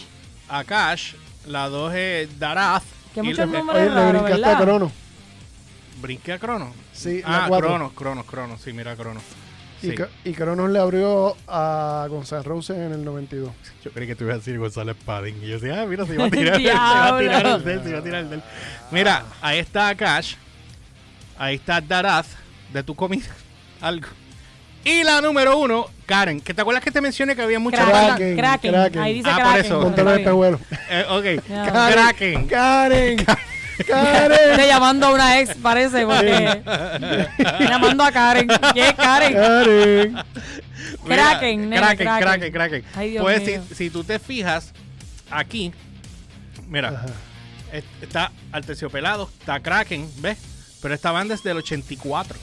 Speaker 1: Akash, la 2 es Daraz.
Speaker 3: Que
Speaker 1: y
Speaker 3: muchos
Speaker 1: la- eh,
Speaker 3: números-
Speaker 2: Oye, le
Speaker 3: Raro,
Speaker 2: brincaste
Speaker 3: ¿verdad?
Speaker 2: a Crono.
Speaker 1: Brinqué a Crono.
Speaker 2: Sí,
Speaker 1: ah,
Speaker 2: la cuatro.
Speaker 1: Cronos, Cronos, Cronos. Sí, mira Cronos.
Speaker 2: Y,
Speaker 1: Sí.
Speaker 2: Cro- y Cronos le abrió a Gonzalo Rose en el 92.
Speaker 1: Yo creí que te ibas a decir González Padding. Y yo decía, ah, mira, se iba a tirar el
Speaker 3: Diablo.
Speaker 1: del, se iba a tirar el del. Mira, ahí está Akash. Ahí está Daraz. De tu comida. Algo. Y la número uno, Karen. ¿Que ¿Te acuerdas que te mencioné que había muchas
Speaker 3: Kraken,
Speaker 1: bandas?
Speaker 2: Kraken,
Speaker 3: Kraken,
Speaker 2: Kraken.
Speaker 3: Ahí dice
Speaker 1: Ah, por
Speaker 3: Kraken.
Speaker 1: eso.
Speaker 3: pero
Speaker 2: Contra
Speaker 3: está
Speaker 2: el
Speaker 3: bien.
Speaker 2: espejuelo.
Speaker 1: Eh, ok.
Speaker 3: Ya.
Speaker 1: Kraken.
Speaker 2: ¡Karen!
Speaker 3: Estoy
Speaker 2: ¡Karen!
Speaker 3: llamando a una ex, parece, porque llamando a Karen. ¿Qué es Karen?
Speaker 2: ¡Karen!
Speaker 1: Mira,
Speaker 3: Kraken, nene,
Speaker 1: Kraken,
Speaker 3: Kraken.
Speaker 1: Kraken, Kraken.
Speaker 3: Ay, Dios
Speaker 1: pues
Speaker 3: mío.
Speaker 1: Si, si tú te fijas, aquí, mira,
Speaker 2: Ajá.
Speaker 1: est- está Alterciopelado, está Kraken, ¿ves? Pero esta banda es del 84.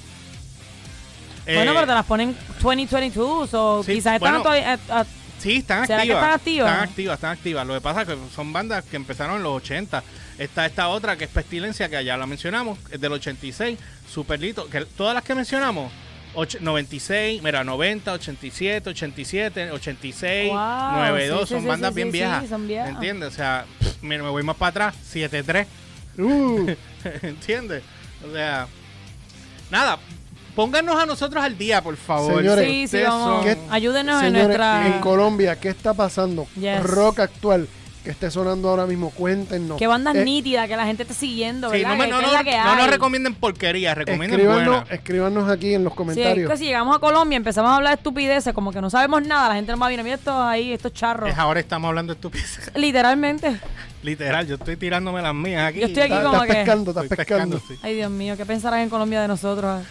Speaker 3: bueno,
Speaker 1: Eh,
Speaker 3: pero te las ponen 2022, o
Speaker 1: sí,
Speaker 3: quizás
Speaker 1: bueno.
Speaker 3: están todavía- a- a-
Speaker 1: Sí, están
Speaker 3: ¿Será
Speaker 1: activas.
Speaker 3: que están activas?
Speaker 1: Están activas, están activas. Lo que pasa es que son bandas que empezaron en los 80. Está esta otra que es Pestilencia, que ya la mencionamos, es del 86. Superlito, que todas las que mencionamos. och- 96, mira, 90, 87, 87, 86,
Speaker 3: Wow,
Speaker 1: 92,
Speaker 3: sí, sí,
Speaker 1: son
Speaker 3: sí,
Speaker 1: bandas
Speaker 3: sí,
Speaker 1: bien
Speaker 3: sí,
Speaker 1: viejas.
Speaker 3: sí, son viejas.
Speaker 1: ¿Entiendes? O sea, mira, me voy más para atrás, 73.
Speaker 2: ¡Uh!
Speaker 1: ¿Entiendes? O sea, nada, pónganos a nosotros al día, por favor.
Speaker 2: Señores,
Speaker 3: sí, sí,
Speaker 1: Ustedes son-
Speaker 3: vamos.
Speaker 2: ¿Qué-
Speaker 3: Ayúdenos en
Speaker 2: Señores,
Speaker 3: nuestra...
Speaker 2: en Colombia, ¿qué está pasando?
Speaker 3: Yes.
Speaker 2: Rock actual que esté sonando ahora mismo, cuéntenos.
Speaker 3: Qué bandas
Speaker 2: Eh,
Speaker 3: nítidas que la gente esté siguiendo,
Speaker 1: Sí,
Speaker 3: ¿verdad?
Speaker 1: no, me-
Speaker 3: Que
Speaker 1: no,
Speaker 3: esta es
Speaker 1: no-
Speaker 3: la que
Speaker 1: no nos
Speaker 3: hay.
Speaker 1: recomienden porquería, recomienden buena.
Speaker 2: escríbanos, eh, escríbanos aquí en los
Speaker 3: Sí, es
Speaker 2: comentarios.
Speaker 3: que si llegamos a Colombia y empezamos a hablar de estupideces, como que no sabemos nada, la gente no va a venir, mira estos ahí, estos charros.
Speaker 1: Es ahora estamos hablando estupidez.
Speaker 3: Literalmente.
Speaker 1: Literal, yo estoy tirándome las mías aquí.
Speaker 3: Yo estoy aquí
Speaker 2: Estás-
Speaker 3: como
Speaker 2: estás
Speaker 3: que-
Speaker 2: pescando, estás
Speaker 1: Estoy
Speaker 2: pescando.
Speaker 1: sí.
Speaker 3: Ay, Dios mío, ¿qué pensarán en Colombia de nosotros?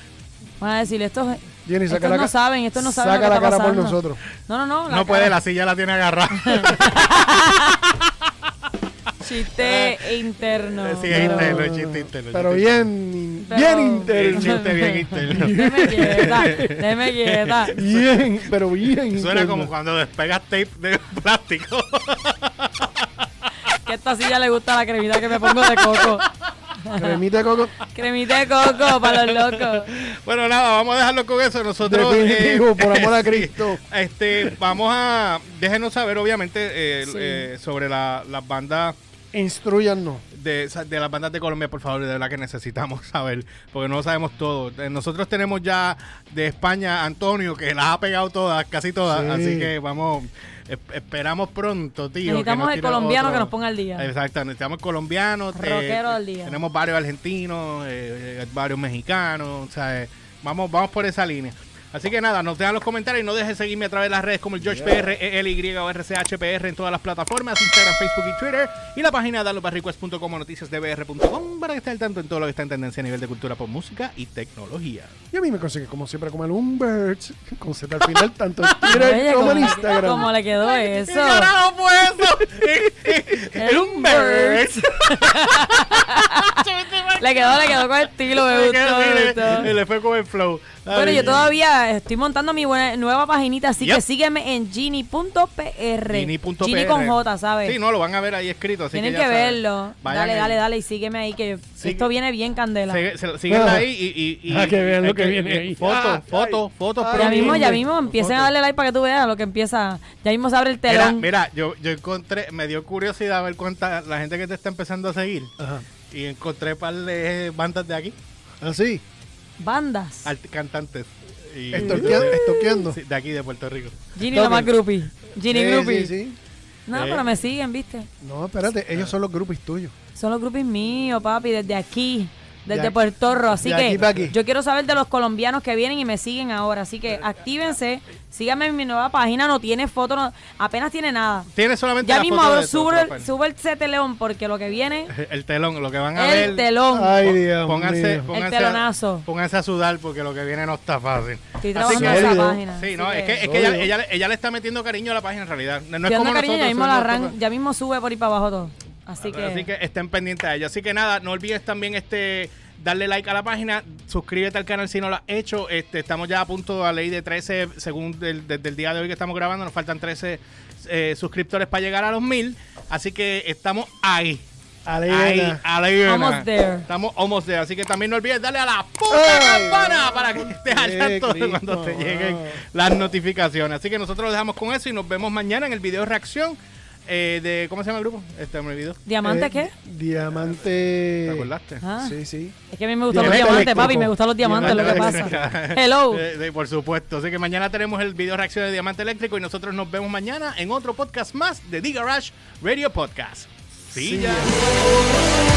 Speaker 3: Van a decir, estos,
Speaker 2: Jenny, saca
Speaker 3: estos
Speaker 2: la
Speaker 3: no
Speaker 2: ca-
Speaker 3: saben, estos no saben
Speaker 2: saca
Speaker 3: lo
Speaker 2: la
Speaker 3: que está
Speaker 2: cara por
Speaker 3: pasando.
Speaker 2: nosotros.
Speaker 3: No, no, no.
Speaker 1: No puede,
Speaker 3: cara.
Speaker 1: la silla la tiene agarrada.
Speaker 3: Chiste interno.
Speaker 1: Sí, es
Speaker 3: pero-
Speaker 1: interno, es chiste interno,
Speaker 2: Pero
Speaker 1: chiste
Speaker 2: bien,
Speaker 3: Pero-
Speaker 2: bien
Speaker 1: El
Speaker 2: interno.
Speaker 1: chiste bien interno.
Speaker 3: Deme quieta, deme quieta.
Speaker 2: Bien, pero bien
Speaker 1: Suena
Speaker 2: interno.
Speaker 1: como cuando despegas tape de plástico.
Speaker 3: Que a esta silla le gusta la cremita que me pongo de coco.
Speaker 2: Cremita de coco.
Speaker 3: Cremita de coco para los locos.
Speaker 1: Bueno, nada, vamos a dejarlo con eso. Nosotros. eh,
Speaker 2: Definitivo, por amor a
Speaker 1: sí,
Speaker 2: Cristo.
Speaker 1: Este, vamos a. Déjenos saber, obviamente, eh,
Speaker 3: Sí.
Speaker 1: eh, sobre la- las bandas.
Speaker 2: Instruyannos.
Speaker 1: de, esa- de las bandas de Colombia, por favor, de verdad que necesitamos saber, porque no lo sabemos todo. Eh, Nosotros tenemos ya de España Antonio, que las ha pegado todas, casi todas,
Speaker 2: Sí.
Speaker 1: así que vamos, esp- esperamos pronto, tío. que
Speaker 3: Necesitamos
Speaker 1: nos
Speaker 3: el
Speaker 1: tire
Speaker 3: colombiano
Speaker 1: otro.
Speaker 3: que nos ponga al día.
Speaker 1: Exacto, necesitamos colombianos. eh,
Speaker 3: Rockero al día.
Speaker 1: Tenemos varios argentinos, eh, eh, varios mexicanos, o sea, eh, vamos, vamos por esa línea. Así que nada, nos dejan los comentarios y no dejes seguirme a través de las redes como el GeorgePR, ELYRCHPR en todas las plataformas, Instagram, Facebook y Twitter. Y la página dalobarrequest.com o noticiasdbr.com para que estés al tanto en todo lo que está en tendencia a nivel de cultura por música y tecnología.
Speaker 2: Y a mí me consigue, como siempre, como el Humberts, con Z al final, tanto en Twitter
Speaker 3: Oye,
Speaker 2: como en
Speaker 3: ¿cómo-
Speaker 2: Instagram.
Speaker 3: ¿Cómo le quedó
Speaker 1: ¡Qué
Speaker 3: eso?
Speaker 1: carajo fue eso!
Speaker 3: El Humbert. Le quedó, le quedó con estilo, me gustó, me gustó.
Speaker 1: Le fue con el flow.
Speaker 3: Bueno,
Speaker 1: Ay,
Speaker 3: yo todavía estoy montando mi buena- nueva paginita, así
Speaker 1: Yep.
Speaker 3: que sígueme en gini.pr.
Speaker 1: Gini.pr.
Speaker 3: Gini con J, ¿sabes?
Speaker 1: Sí, no, lo van a ver ahí escrito. Así
Speaker 3: Tienen
Speaker 1: que,
Speaker 3: que,
Speaker 1: ya saben.
Speaker 3: verlo.
Speaker 1: Vayan
Speaker 3: dale,
Speaker 1: ahí.
Speaker 3: dale, dale y sígueme ahí, que
Speaker 1: Sí.
Speaker 3: esto viene bien, Candela.
Speaker 1: Se, se- síguenla ahí y, y, y-
Speaker 2: Ah, que vean lo
Speaker 1: eh,
Speaker 2: que viene
Speaker 1: eh,
Speaker 2: ahí.
Speaker 1: Fotos,
Speaker 2: Ah,
Speaker 1: fotos,
Speaker 2: ay.
Speaker 1: fotos.
Speaker 2: Ay,
Speaker 3: ya
Speaker 1: prohibidas.
Speaker 3: mismo, ya
Speaker 2: Foto.
Speaker 3: mismo, empiecen a darle like para que tú veas lo que empieza. Ya mismo se abre el
Speaker 1: Mira,
Speaker 3: telón.
Speaker 1: mira, yo, yo encontré, me dio curiosidad ver cuánta la gente que te está empezando a seguir.
Speaker 2: Ajá. ¿Ah,
Speaker 1: Y encontré par de bandas de aquí,
Speaker 2: Así,
Speaker 3: Bandas.
Speaker 1: art- cantantes. Y,
Speaker 2: estorquea- estorqueando.
Speaker 1: Sí, de aquí, de Puerto Rico.
Speaker 3: Gini la más
Speaker 2: token.
Speaker 3: groupie. Gini
Speaker 2: Sí,
Speaker 3: groupie.
Speaker 2: sí, sí.
Speaker 3: No,
Speaker 1: Eh.
Speaker 3: pero me siguen, ¿viste?
Speaker 2: No, espérate, ellos son los groupies tuyos.
Speaker 3: Son los grupos míos, papi, desde aquí, desde
Speaker 2: De aquí-
Speaker 3: Puerto Rico. Así
Speaker 2: de
Speaker 3: que
Speaker 2: aquí pa' aquí.
Speaker 3: yo quiero saber de los colombianos que vienen y me siguen ahora. Así que actívense, síganme en mi nueva página, no tiene foto, no- apenas tiene nada.
Speaker 1: Tiene solamente
Speaker 3: Ya
Speaker 1: la
Speaker 3: mismo
Speaker 1: foto de
Speaker 3: abro,
Speaker 1: tu
Speaker 3: subo el,
Speaker 1: profile.
Speaker 3: subo el teleón porque lo que viene,
Speaker 1: El telón, lo que van a
Speaker 3: el
Speaker 1: ver.
Speaker 3: telón.
Speaker 2: Ay, Dios
Speaker 1: pónganse,
Speaker 2: mío.
Speaker 1: pónganse
Speaker 3: El
Speaker 1: A,
Speaker 3: telonazo.
Speaker 1: pónganse a sudar porque lo que viene no está fácil. Así
Speaker 3: Estoy trabajando
Speaker 1: que-
Speaker 3: en esa
Speaker 2: Sólido.
Speaker 3: página.
Speaker 1: Sí,
Speaker 3: así
Speaker 1: no, es que,
Speaker 3: que-
Speaker 1: es que ella, ella, ella le está metiendo cariño a la página en realidad. No es
Speaker 3: Yo
Speaker 1: como
Speaker 3: ando, cariño,
Speaker 1: nosotros.
Speaker 3: ya mismo, la
Speaker 1: somos
Speaker 3: arran-
Speaker 1: nosotros.
Speaker 3: ya mismo sube por ahí para abajo todo. Así que,
Speaker 1: Así que estén pendientes a ella. Así que nada, no olvides también este darle like a la página, suscríbete al canal si no lo has hecho. Este, estamos ya a punto de la ley de 13, según del- desde el día de hoy que estamos grabando, nos faltan 13 eh, suscriptores para llegar a los mil. Así que estamos ahí. Ahí,
Speaker 2: Alegana.
Speaker 1: ahí, nena.
Speaker 3: Almost there.
Speaker 1: Estamos almost there. Así que también no olvides darle a la puta
Speaker 2: Ay,
Speaker 1: campana para que estés al
Speaker 2: sí,
Speaker 1: tanto de
Speaker 2: ¡Eh! Cristo,
Speaker 1: cuando te lleguen
Speaker 2: wow.
Speaker 1: las notificaciones. Así que nosotros lo dejamos con eso y nos vemos mañana en el video reacción eh, de. ¿Cómo se llama el grupo? Este me olvidó.
Speaker 3: ¿diamante
Speaker 2: Eh,
Speaker 3: qué?
Speaker 2: Diamante.
Speaker 1: ¿Te acordaste?
Speaker 3: Ah,
Speaker 2: Sí, sí.
Speaker 3: Es que a mí me gustan los
Speaker 2: Diamante
Speaker 3: diamantes,
Speaker 2: eléctrico.
Speaker 3: papi, me gustan los diamantes, lo que
Speaker 2: Diamante
Speaker 3: pasa. Hello.
Speaker 1: Eh, sí, por supuesto. Así que mañana tenemos el video reacción de Diamante Eléctrico y nosotros nos vemos mañana en otro podcast más de The Garage Radio Podcast. Sí, ya.